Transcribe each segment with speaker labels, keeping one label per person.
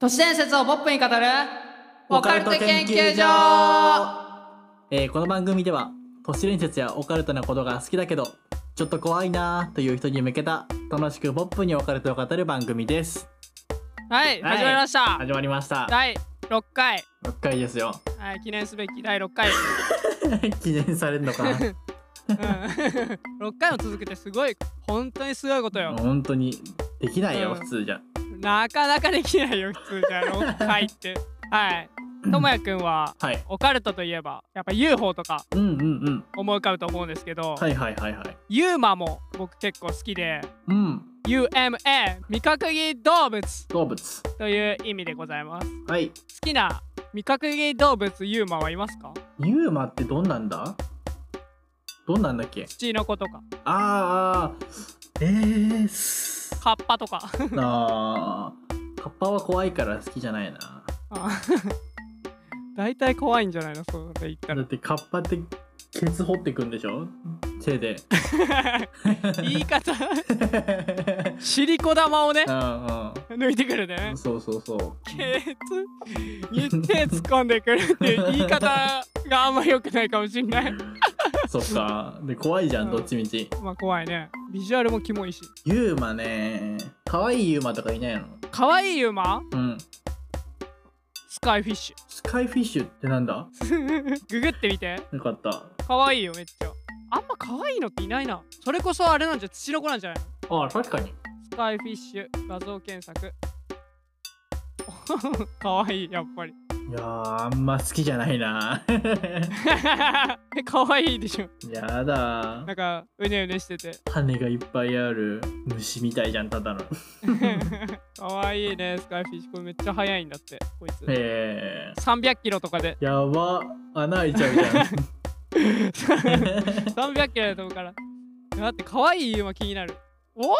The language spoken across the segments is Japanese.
Speaker 1: 都市伝説をポップに語るオカルト研究所
Speaker 2: えーこの番組では都市伝説やオカルトなことが好きだけどちょっと怖いなーという人に向けた楽しくポップにオカルトを語る番組です
Speaker 1: はい、
Speaker 2: はい
Speaker 1: 始まりました
Speaker 2: 始まりました
Speaker 1: 第6回、
Speaker 2: 6回です よ
Speaker 1: はい、記念すべき第6回、
Speaker 2: 記念されるのかな
Speaker 1: うん、6回も続けてすごい本当にすごいことよ
Speaker 2: 本当にできないよ、
Speaker 1: うん
Speaker 2: 普通じゃ
Speaker 1: なかなかできないよ普通じゃ6回ってはいともやくんは
Speaker 2: はい
Speaker 1: オカルトといえばやっぱ UFO とか
Speaker 2: うんうんうん
Speaker 1: 思い浮かぶと思うんですけど、
Speaker 2: はいはいはいはい
Speaker 1: ユーマも僕結構好きで
Speaker 2: うん
Speaker 1: UMA 未確認動物
Speaker 2: 動物
Speaker 1: という意味でございます
Speaker 2: はい
Speaker 1: 好きな未確認動物ユーマはいますか
Speaker 2: ユーマってどんなんだどんなんだっけ
Speaker 1: 土の子とか
Speaker 2: あーあーえー、す
Speaker 1: カッパとか
Speaker 2: あーカッパは怖いから好きじゃないな
Speaker 1: あ 大体怖いんじゃないのそうで言った
Speaker 2: だってカッパってケツ掘ってくんでしょ手で
Speaker 1: ら 言い方シリコ玉をね
Speaker 2: うん
Speaker 1: 抜いてくるね
Speaker 2: うんそうそうそう
Speaker 1: ケツに手突っ込んでくるっていう言い方があんま良くないかもしんない
Speaker 2: そっかで怖いじゃんどっちみち
Speaker 1: まあ怖いねビジュアルもキモいし
Speaker 2: ユーマね可愛いユーマとかいないの
Speaker 1: 可愛いユーマ
Speaker 2: うん
Speaker 1: スカイフィッシ
Speaker 2: スカイフィッシュってなんだ
Speaker 1: ュ ググってみて
Speaker 2: よかった
Speaker 1: 可愛いよめっちゃあんま可愛いのっていないなそれこそあれなんじゃ土の子なんじゃないの
Speaker 2: あ確かに
Speaker 1: スカイフィッシュ画像検索 可愛いやっぱり
Speaker 2: いやーあんま好きじゃないな
Speaker 1: 可愛いでしょ
Speaker 2: やだ
Speaker 1: なんかうねうねしてて
Speaker 2: 羽がいっぱいある虫みたいじゃんただの
Speaker 1: 可愛いねスカイフィッシュこれめっちゃ速いんだってこいつ
Speaker 2: え
Speaker 1: 300キロとかで
Speaker 2: ー、やば穴開いちゃうじゃん
Speaker 1: 300キロだと思うからだって可愛いユーマ気になるおお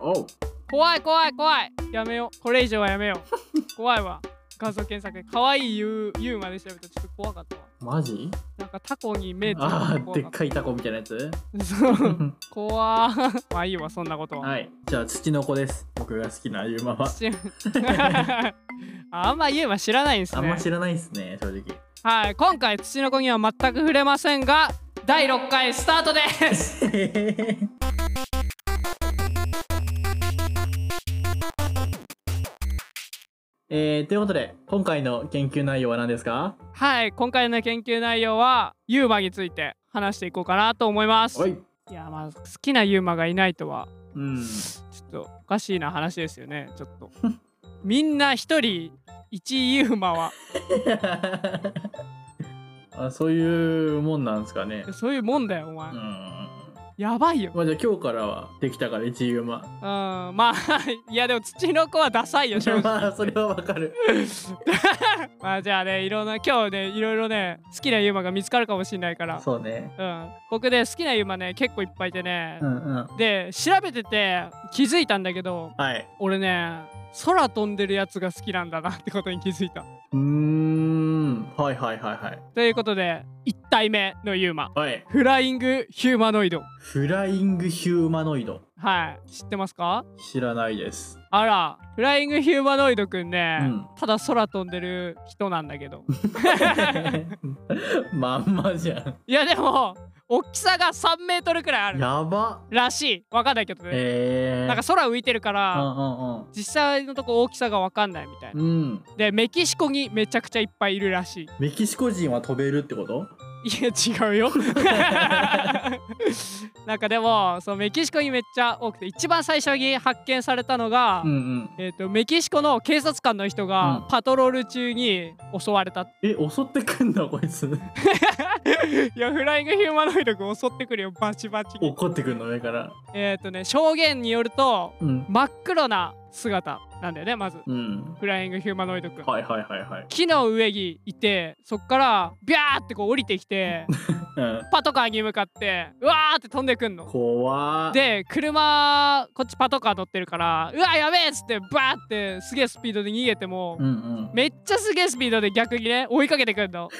Speaker 2: おう
Speaker 1: 怖い怖い怖いやめようこれ以上はやめよう 怖いわ画像検索で可愛いユーユーマで調べたらちょっと怖かったわ
Speaker 2: マジ
Speaker 1: なんかタコに目つぶ
Speaker 2: あーで
Speaker 1: 怖
Speaker 2: っ
Speaker 1: かっ
Speaker 2: かいタコみたいなや つ
Speaker 1: たそう怖ー まあいいわそんなことは、
Speaker 2: はいじゃあ土の子です僕が好きなユーマは
Speaker 1: し あ んまユーマ知らないんです
Speaker 2: あん
Speaker 1: ね
Speaker 2: ま知らないですね正直
Speaker 1: はい今回土の子には全く触れませんが第6回スタートです
Speaker 2: えー、ということで今回の研究内容は何ですか
Speaker 1: はい今回の研究内容はユーマについて話していこうかなと思います
Speaker 2: おい
Speaker 1: いやまあ好きなユーマがいないとは
Speaker 2: うん
Speaker 1: ちょっとおかしいな話ですよねちょっとみんな一人一ユーマは
Speaker 2: あそういうもんなんですかね
Speaker 1: そういうもんだよお
Speaker 2: う
Speaker 1: 前、
Speaker 2: ん
Speaker 1: やばいよ
Speaker 2: まあじゃあ今日からはできたから一ユーマ
Speaker 1: うんまあいやでも土の子はダサいよ正直
Speaker 2: まあそれはわかる
Speaker 1: まあじゃあねいろんな今日ねいろいろね好きなユーマが見つかるかもしれないから
Speaker 2: そうね
Speaker 1: うん僕ね好きなユーマね結構いっぱいいてね
Speaker 2: う、んうん
Speaker 1: で調べてて気づいたんだけど
Speaker 2: はい
Speaker 1: 俺ね空飛んでるやつが好きなんだなってことに気づいた
Speaker 2: うーんはいはいはいはい
Speaker 1: ということで1体目のユーマ
Speaker 2: はい
Speaker 1: フライングヒューマノイド
Speaker 2: フライングヒューマノイド
Speaker 1: はい知ってますか
Speaker 2: 知らないです
Speaker 1: あらフライングヒューマノイドくんね、
Speaker 2: うん
Speaker 1: ただ空飛んでる人なんだけど
Speaker 2: まんまじゃん
Speaker 1: いやでも大きさが3メートルくらいある
Speaker 2: やば
Speaker 1: らしいわかんないけどね、
Speaker 2: えー、
Speaker 1: なんか空浮いてるから、
Speaker 2: う
Speaker 1: 実際のとこ大きさがわかんないみたいな、
Speaker 2: んうんうんうん
Speaker 1: でメキシコにめちゃくちゃいっぱいいるらしい
Speaker 2: メキシコ人は飛べるってこと
Speaker 1: いや違 うよなんかでもそうメキシコにめっちゃ多くて一番最初に発見されたのが、
Speaker 2: うんうん
Speaker 1: えー、とメキシコの警察官の人
Speaker 2: う
Speaker 1: が
Speaker 2: ん
Speaker 1: パトロール中に襲われた、
Speaker 2: え襲ってくんだこい つ
Speaker 1: いやフライングヒューマノイド君襲ってくるよバチバチに
Speaker 2: 怒ってくんの上から
Speaker 1: えっ、とね証言によると
Speaker 2: うん
Speaker 1: 真っ黒な姿なんだよねまず
Speaker 2: うん
Speaker 1: フライングヒューマノイド君、
Speaker 2: はいはいはいはい
Speaker 1: 木の上にいてそっからビャーってこう降りてき て
Speaker 2: うん
Speaker 1: パトカーに向かってうわーって飛んでくんの
Speaker 2: 怖ー
Speaker 1: で車こっちパトカー乗ってるからうわやべえっつってバーってすげえスピードで逃げても、
Speaker 2: うんうん
Speaker 1: めっちゃすげえスピードで逆にね追いかけてくん の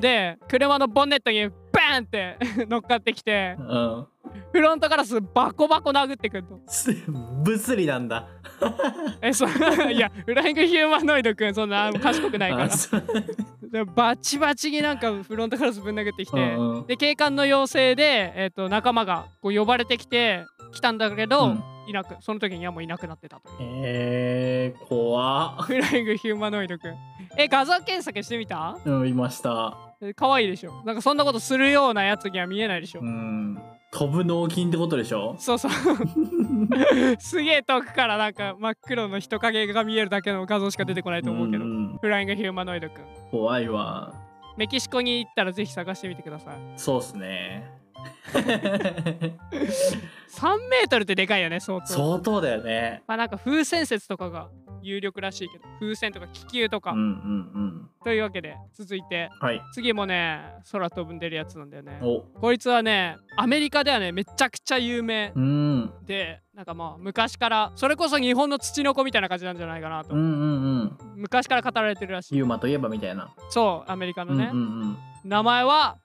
Speaker 1: で車のボンネットにバーンって乗っかってきて
Speaker 2: うん
Speaker 1: フロントガラスバコバコ殴ってくんの
Speaker 2: す物理なんだ
Speaker 1: えそういやフライングヒューマノイドくんそんな賢くないか
Speaker 2: あ
Speaker 1: ら
Speaker 2: そう
Speaker 1: でバチバチになんかフロントガラスぶん殴ってきて、
Speaker 2: うんうん
Speaker 1: で警官の要請で、えっと仲間がこう呼ばれてきて来たんだけど、
Speaker 2: うん
Speaker 1: いなくその時にはもういなくなってたという
Speaker 2: えー、怖っ
Speaker 1: フライングヒューマノイドくんえ画像検索してみた
Speaker 2: うんいました
Speaker 1: え可愛いでしょなんかそんなことするようなやつには見えないでしょ、
Speaker 2: うん飛ぶ脳筋ってことでしょ
Speaker 1: そう そうすげえ遠くからなんか真っ黒の人影が見えるだけの画像しか出てこないと思うけど、
Speaker 2: ん
Speaker 1: フライングヒューマノイドくん
Speaker 2: 怖いわ
Speaker 1: メキシコに行ったらぜひ探してみてください
Speaker 2: そうっすね
Speaker 1: 3メートルってでかいよね相当
Speaker 2: 相当だよね
Speaker 1: まあなんか風船説とかが有力らしいけど風船とか気球と
Speaker 2: う
Speaker 1: か、
Speaker 2: んうん
Speaker 1: というわけで続いて
Speaker 2: うんはい
Speaker 1: 次もね空飛んでるやつなんだよね
Speaker 2: お
Speaker 1: こいつはねアメリカではねめちゃくちゃ有名
Speaker 2: うん
Speaker 1: でなんかまあ昔からそれこそ日本の土の子みたいな感じなんじゃないかなと、
Speaker 2: うんうんうん
Speaker 1: 昔から語られてるらしい
Speaker 2: ユーマといえばみたいな、
Speaker 1: そうアメリカ
Speaker 2: う
Speaker 1: の
Speaker 2: んう
Speaker 1: ね、
Speaker 2: んうん
Speaker 1: 名前は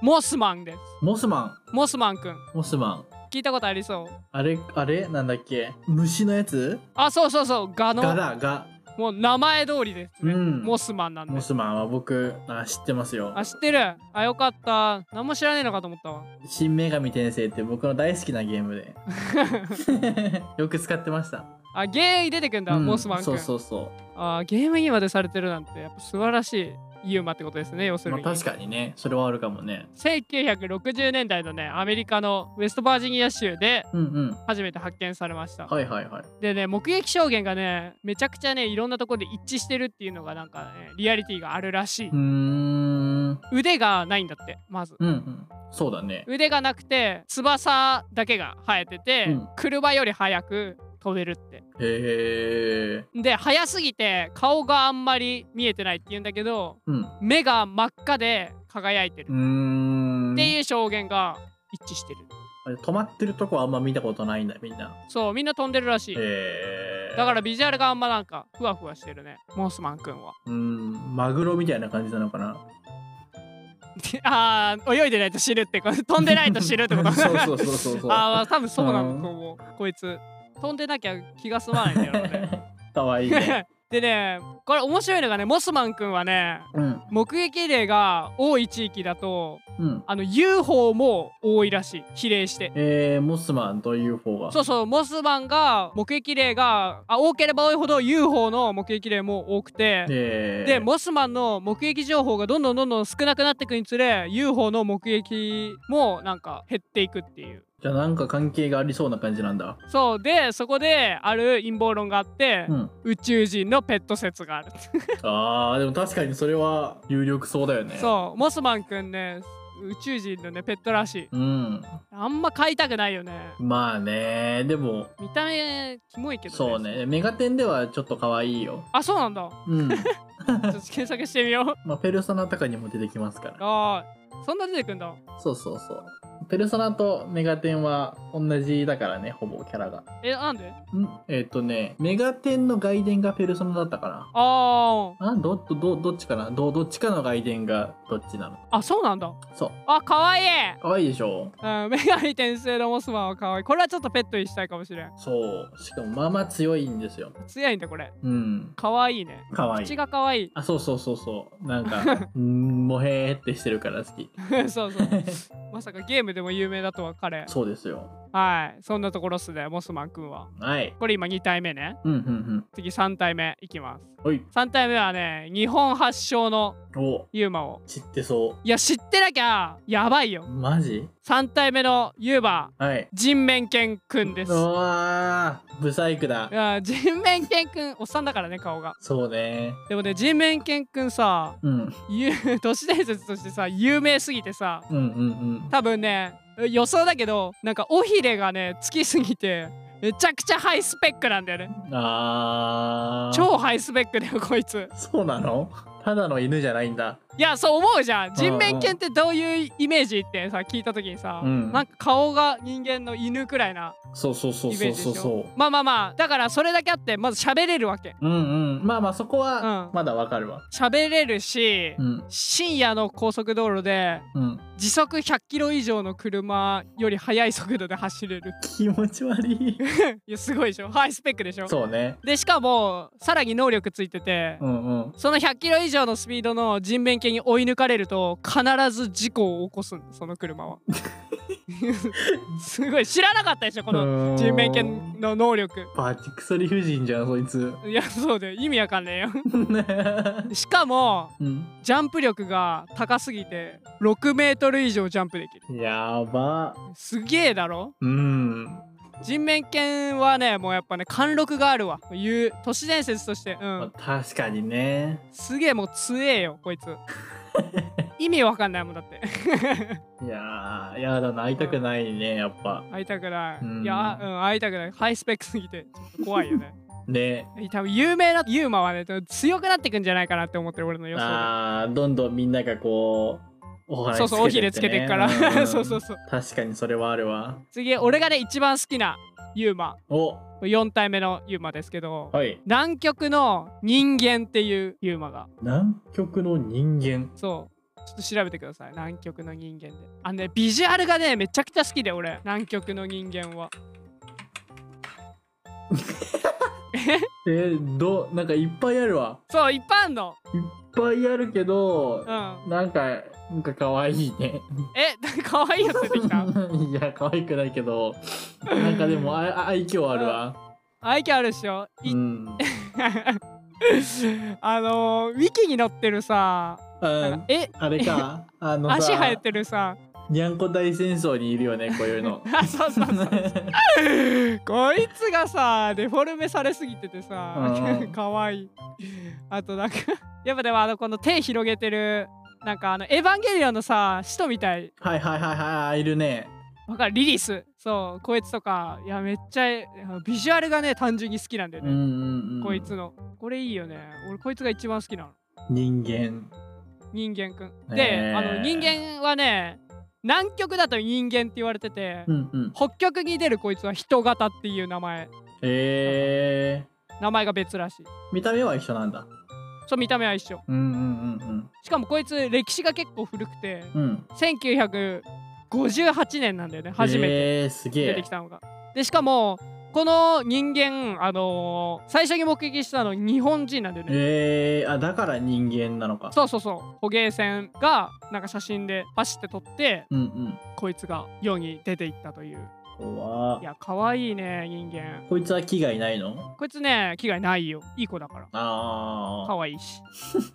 Speaker 1: モスマンです
Speaker 2: モスマ
Speaker 1: モスマンくん
Speaker 2: ンモスマン
Speaker 1: 聞いたことありそう
Speaker 2: あれあれなんだっけ虫のやつ
Speaker 1: あそうそうそうガの
Speaker 2: ガラガ
Speaker 1: もう名前通りですね、
Speaker 2: うん
Speaker 1: モスマンなんで
Speaker 2: モスマンは僕あ知ってますよ
Speaker 1: あ知ってるあよかった何も知らねえのかと思ったわ
Speaker 2: 新女神転生って僕の大好きなゲームで よく使ってました
Speaker 1: あゲーに出てくんだ、
Speaker 2: うん
Speaker 1: モスマンく
Speaker 2: そ
Speaker 1: ん
Speaker 2: うそうそ
Speaker 1: あゲームにまでされてるなんてやっぱ素晴らしいユーマってことですね要す
Speaker 2: う、
Speaker 1: る
Speaker 2: まあ、
Speaker 1: に、
Speaker 2: 確かにねそれはあるかもね
Speaker 1: 1960年代のねアメリカのウェストバージニア州で
Speaker 2: うんうん
Speaker 1: 初めて発見されました、
Speaker 2: はいはいはい
Speaker 1: でね目撃証言がねめちゃくちゃねいろんなところで一致してるっていうのがなんかねリアリティがあるらしい、
Speaker 2: うーん
Speaker 1: 腕がないんだってまず
Speaker 2: うんうんそうだね
Speaker 1: 腕がなくて翼だけが生えてて、
Speaker 2: うん
Speaker 1: 車より速く飛べるって
Speaker 2: へえ
Speaker 1: で速すぎて顔があんまり見えてないって言うんだけど
Speaker 2: うんう
Speaker 1: 目が真っ赤で輝いてる
Speaker 2: ーん
Speaker 1: っていう証言が一致してる
Speaker 2: あれ止まってるとこはあんま見たことないんだみんな
Speaker 1: そうみんな飛んでるらしい
Speaker 2: へえ
Speaker 1: だからビジュアルがあんまなんかふわふわしてるねモスマンくんは
Speaker 2: うーんマグロみたいな感じなのかな
Speaker 1: あー泳いでないと死ぬってこと飛んでないと死ぬってこと
Speaker 2: そうそうそうそう
Speaker 1: あー
Speaker 2: そう
Speaker 1: まあ多分そうなんだと思うこいつ飛んでなきゃ気が済まないんだよね
Speaker 2: かわい いね
Speaker 1: でねこれ面白いのがねモスマンくんはね
Speaker 2: うん
Speaker 1: 目撃例が多い地域だと
Speaker 2: うん
Speaker 1: あの UFO も多いらしい比例して
Speaker 2: えー、モスマンと UFO が
Speaker 1: そうそうモスマンが目撃例があ多ければ多いほど UFO の目撃例も多くて、
Speaker 2: えー、
Speaker 1: でモスマンの目撃情報がどんどんどんどん少なくなっていくにつれ UFO の目撃もなんか減っていくっていう
Speaker 2: じゃあなんか関係がありそうな感じなんだ
Speaker 1: そうでそこである陰謀論があって、
Speaker 2: うん
Speaker 1: 宇宙人のペット説がある、
Speaker 2: あーでも確かにそれは有力そうだよね
Speaker 1: そうモスマンくんね宇宙人のねペットらしい
Speaker 2: うん
Speaker 1: あんま飼いたくないよね
Speaker 2: まあねでも
Speaker 1: 見た目キモいけどね
Speaker 2: そうねメガテンではちょっと可愛いよ
Speaker 1: あそうなんだ
Speaker 2: うん
Speaker 1: ちょっと検索してみよう
Speaker 2: まあペルソナとかにも出てきますから
Speaker 1: あーそんな出てくんだ
Speaker 2: そうそうそうペルソナとメガテンは同じだからねほぼキャラが
Speaker 1: えなんで
Speaker 2: んえっ、とねメガテンの外伝がペルソナだったか
Speaker 1: あ
Speaker 2: なあどどどどっちかなどどっちかの外伝がどっちなの
Speaker 1: ーあそうなんだ
Speaker 2: そう
Speaker 1: あ可愛い
Speaker 2: 可愛いでしょ
Speaker 1: うん、女 神転生のモスマンは可愛いこれはちょっとペットにしたいかもしれん
Speaker 2: そうしかもまあまあ強いんですよ
Speaker 1: 強いんだこれ
Speaker 2: うん
Speaker 1: 可愛いね
Speaker 2: 可愛い
Speaker 1: 口が可愛い
Speaker 2: あそうそうそうそうなんかうんもへーってしてるから好き
Speaker 1: そう そうまさかゲームでも有名だとは彼
Speaker 2: そうですよ
Speaker 1: はいそんなところっすねモスマンくんは
Speaker 2: はい
Speaker 1: これ今2体目ね
Speaker 2: うんうんうん
Speaker 1: 次3体目いきます
Speaker 2: おい
Speaker 1: 3体目はね日本発祥の
Speaker 2: お
Speaker 1: ユーマを
Speaker 2: 知ってそ
Speaker 1: いや知ってなきゃやばいよ
Speaker 2: うマジ
Speaker 1: 3体目のユーマ
Speaker 2: はい
Speaker 1: 人面犬くんです
Speaker 2: うわーブサイクだ
Speaker 1: いや人面犬くんおっさんだからね顔が
Speaker 2: そうね
Speaker 1: でもね人面犬くんさ
Speaker 2: うん
Speaker 1: ゆ 都市伝説としてさ有名すぎてさ
Speaker 2: うんうんうん
Speaker 1: 多分ね予想だけどなんか尾ひれがねつきすぎてめちゃくちゃハイスペックなんだよね
Speaker 2: あー
Speaker 1: 超ハイスペックだよこいつ
Speaker 2: そうなのただの犬じゃないんだ
Speaker 1: いやそう思うじゃん人面犬ってどういうイメージってさ聞いた時にさ、
Speaker 2: うん
Speaker 1: なんか顔が人間の犬くらいな
Speaker 2: そうそうそう
Speaker 1: イメー
Speaker 2: そ
Speaker 1: ジで
Speaker 2: うそう
Speaker 1: しょ
Speaker 2: そ
Speaker 1: まあまあまあだからそれだけあってまず喋れるわけ
Speaker 2: ううんうんまあまあそこは
Speaker 1: うん
Speaker 2: まだわかるわ
Speaker 1: 喋れるし、
Speaker 2: うん
Speaker 1: 深夜の高速道路で
Speaker 2: うん
Speaker 1: 時速100キロ以上の車より速い速度で走れる
Speaker 2: 気持ち悪い
Speaker 1: いやすごいでしょハイスペックでしょ
Speaker 2: そうね
Speaker 1: でしかもさらに能力ついてて、
Speaker 2: うんうん
Speaker 1: その100キロ以上のスピードの人面犬に追い抜かれると必ず事故を起こすんだその車は すごい知らなかったでしょこの
Speaker 2: の
Speaker 1: 人面犬の能力
Speaker 2: バチクソ理不尽じゃんそいつ
Speaker 1: いやそうで意味わかんねえ
Speaker 2: ね
Speaker 1: よしかも
Speaker 2: うん
Speaker 1: ジャンプ力が高すぎて6メートル以上ジャンプできる
Speaker 2: やば
Speaker 1: すげえだろ
Speaker 2: うん
Speaker 1: 人面犬はねもうやっぱね貫禄があるわいう都市伝説としてう
Speaker 2: まあ
Speaker 1: ん
Speaker 2: 確かにね
Speaker 1: すげえもう強えよこいつ意味わかんないもんだって
Speaker 2: いやーやだな会いたくないねやっぱ
Speaker 1: 会いたくない。
Speaker 2: うん
Speaker 1: いや、うん、会いたくない。ハイスペックすぎて、ちょっと怖いよね。
Speaker 2: ね
Speaker 1: 多分有名なユーマはね、強くなってくんじゃないかなって思ってる俺の予想
Speaker 2: あーどんどんみんながこうお
Speaker 1: で。
Speaker 2: 話
Speaker 1: そうそう、尾ひれつけてっから。 そうそうそう。
Speaker 2: 確かにそれはあるわ
Speaker 1: 次、俺がね、一番好きなユーマ。
Speaker 2: お
Speaker 1: 4体目のユーマですけど、
Speaker 2: はい
Speaker 1: 南極の人間っていうユーマが。
Speaker 2: 南極の人間
Speaker 1: そう。ちょっと調べてください南極の人間であのねビジュアルがねめちゃくちゃ好きで俺南極の人間は
Speaker 2: えーどなんかいっぱいあるわ
Speaker 1: そういっぱいあんの
Speaker 2: いっぱいあるけど
Speaker 1: う、ん
Speaker 2: なんかなんか可愛いね
Speaker 1: え 可愛いやつ出てきた
Speaker 2: いや可愛くないけどなんかでもああ愛嬌あるわ
Speaker 1: 愛嬌あるでしょ
Speaker 2: う
Speaker 1: い
Speaker 2: ん、
Speaker 1: あのーウィキに載ってるさ、
Speaker 2: うん、
Speaker 1: え
Speaker 2: あれかあのさ
Speaker 1: 足生えてるさ
Speaker 2: にゃんこ大戦争にいるよねこういうの
Speaker 1: あそうそう そうこいつがさデフォルメされすぎててさ
Speaker 2: うん
Speaker 1: かわいいあとなんかやっぱでもあのこの手広げてるなんかあの「エヴァンゲリオン」のさ使徒みたい
Speaker 2: はいはいはいはいいるね
Speaker 1: わかるリリスそうこいつとかいやめっちゃえビジュアルがね単純に好きなんだよ
Speaker 2: うん
Speaker 1: ね、
Speaker 2: うん、うん、
Speaker 1: こいつのこれいいよね俺こいつが一番好きなの
Speaker 2: 人間
Speaker 1: 人間くん。
Speaker 2: ね
Speaker 1: で、
Speaker 2: え
Speaker 1: あの人間はね、南極だと人間って言われてて、
Speaker 2: うんうん
Speaker 1: 北極に出るこいつは人型っていう名前、
Speaker 2: え
Speaker 1: 名前が別らしい。
Speaker 2: ー、見た目は一緒なんだ
Speaker 1: そう見た目は一緒。
Speaker 2: うんうんうん
Speaker 1: しかもこいつ歴史が結構古くて、
Speaker 2: うんうん
Speaker 1: 1958年なんだよね、初めて
Speaker 2: えー、すげえ
Speaker 1: 出てきたのが。で、しかも、この人間、あのー最初に目撃したの日本人なんだよね。
Speaker 2: えー、あだから人間なのか
Speaker 1: そうそうそう捕鯨船がなんか写真でパシって撮って
Speaker 2: ううんうん
Speaker 1: こいつが世に出ていったという
Speaker 2: 怖っ
Speaker 1: いや可愛いね人間
Speaker 2: こいつは危害ないの
Speaker 1: こいつね危害ないよいい子だから
Speaker 2: あ
Speaker 1: 可愛いし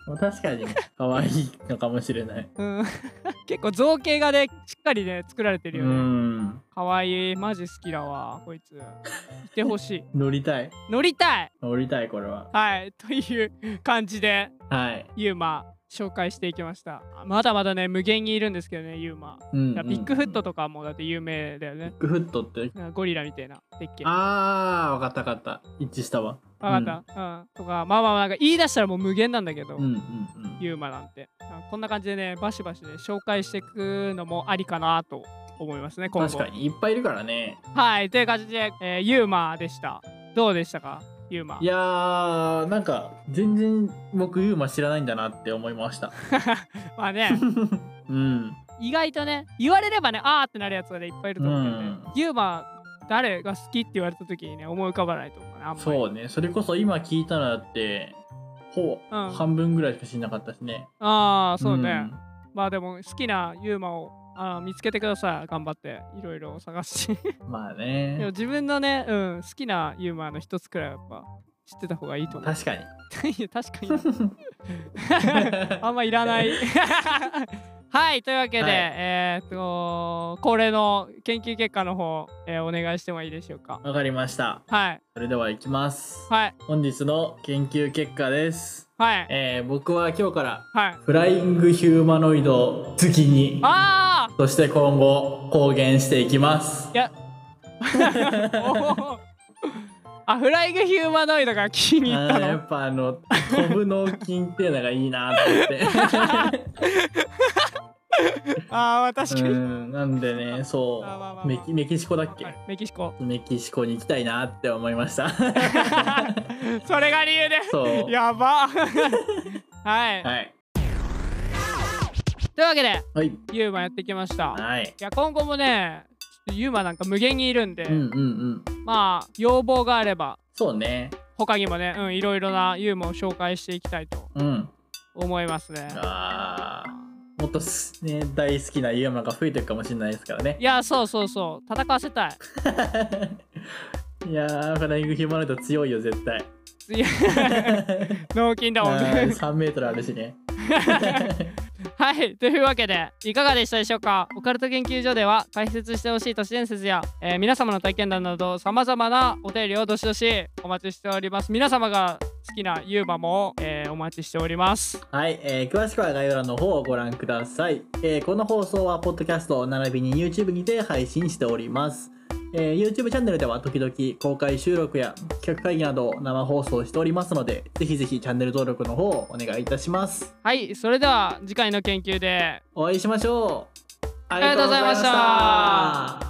Speaker 2: あ確かに可愛いのかもしれない
Speaker 1: うん 結構造形がねしっかりね作られて
Speaker 2: う
Speaker 1: るよね
Speaker 2: ん
Speaker 1: 可愛いマジ好きだわこいついてほしい
Speaker 2: 乗りたい
Speaker 1: 乗りたい
Speaker 2: 乗りたいこれは
Speaker 1: はいという感じで
Speaker 2: はい
Speaker 1: ユーマ紹介していきましたまだまだね無限にいるんですけどねユーマ
Speaker 2: うんうんうん
Speaker 1: ビッグフットとかもだって有名だよ
Speaker 2: ビ
Speaker 1: ね
Speaker 2: ッグフットって
Speaker 1: ゴリラみたいなでっけえ
Speaker 2: ああわかったわかった一致したわ
Speaker 1: わかった、うんとかまあまあなんか言い出したらもう無限なんだけど、
Speaker 2: うんうんうん
Speaker 1: ユーマなんてあこんな感じでねバシバシね紹介していくのもありかなと思いますね今後
Speaker 2: 確かにいっぱいいるからね
Speaker 1: はいという感じで、えーユーマでしたどうでしたかユーマ
Speaker 2: いやーなんか全然僕ユーマ知らないんだなって思いました
Speaker 1: まあね
Speaker 2: うん
Speaker 1: 意外とね言われればねあーってなるやつがねいっぱいいると思うんで、ね
Speaker 2: うん
Speaker 1: ユーマ誰が好きって言われた時にね思い浮かばないと思うねあんまり
Speaker 2: そうねそれこそ今聞いたらだってほぼ、
Speaker 1: うん
Speaker 2: 半分ぐらいしか知んなかったしね
Speaker 1: ああそうね、まあでも好きなユーマをあー見つけてください頑張っていろいろ探して
Speaker 2: うんま あ
Speaker 1: でも
Speaker 2: ね
Speaker 1: 自分のね、うん、好きなユーマーの一つくらいはやっぱ知ってた方がいいと 思う。
Speaker 2: 確 かに
Speaker 1: いや確かにあんまいら ない。はいというわけで、
Speaker 2: はい
Speaker 1: えーっと恒例の研究結果の方、えーお願いしてもいいでしょうか。
Speaker 2: わかりました
Speaker 1: はい
Speaker 2: それではいきます
Speaker 1: はい
Speaker 2: 本日の研究結果です
Speaker 1: はい
Speaker 2: えー、僕は今日から
Speaker 1: はい。
Speaker 2: フライングヒューマノイド好きに
Speaker 1: あ
Speaker 2: そして今後公言していきます
Speaker 1: あいやおーあフライングヒューマノイドが気に入った
Speaker 2: あーや
Speaker 1: の
Speaker 2: っぱあの飛ぶ脳筋っていうのがいいなと思って
Speaker 1: あー確かに、
Speaker 2: うんなんでねそ
Speaker 1: まあまあまあまあ
Speaker 2: うメキメキシコだっけ、
Speaker 1: はいメキシコ
Speaker 2: メキシコに行きたいなって思いました
Speaker 1: それが理由で
Speaker 2: そう
Speaker 1: やば はい、
Speaker 2: はい
Speaker 1: というわけで
Speaker 2: はい
Speaker 1: ユーマやってきました
Speaker 2: はい
Speaker 1: いや今後もねちょっとユーマなんか無限にいるんで、
Speaker 2: うんうんうん
Speaker 1: まあ要望があれば
Speaker 2: そうね
Speaker 1: 他にもね、うん、いろいろなユーマを紹介していきたいと
Speaker 2: うん
Speaker 1: 思いますね
Speaker 2: あーもっとすね大好きなユーマが増えてるかもしれないですから ね
Speaker 1: いやそうそうそう戦わせたい
Speaker 2: いやーフライングヒューマノイド強いよ絶対
Speaker 1: いや脳筋だもんね
Speaker 2: 3メートルあるしね
Speaker 1: はいというわけでいかがでしたでしょうかオカルト研究所では解説してほしい都市伝説や、えー皆様の体験談などさまざまなお便りをどしどしお待ちしております皆様が好きなユーマも、えーお待ちしております
Speaker 2: はい、えー詳しくは概要欄の方をご覧ください、えーこの放送はポッドキャスト並びに YouTube にて配信しております、えー YouTube チャンネルでは時々公開収録や企画会議などを生放送しておりますのでぜひぜひチャンネル登録の方をお願いいたします
Speaker 1: はいそれでは次回の研究で
Speaker 2: お会いしましょうあ
Speaker 1: りがとうございました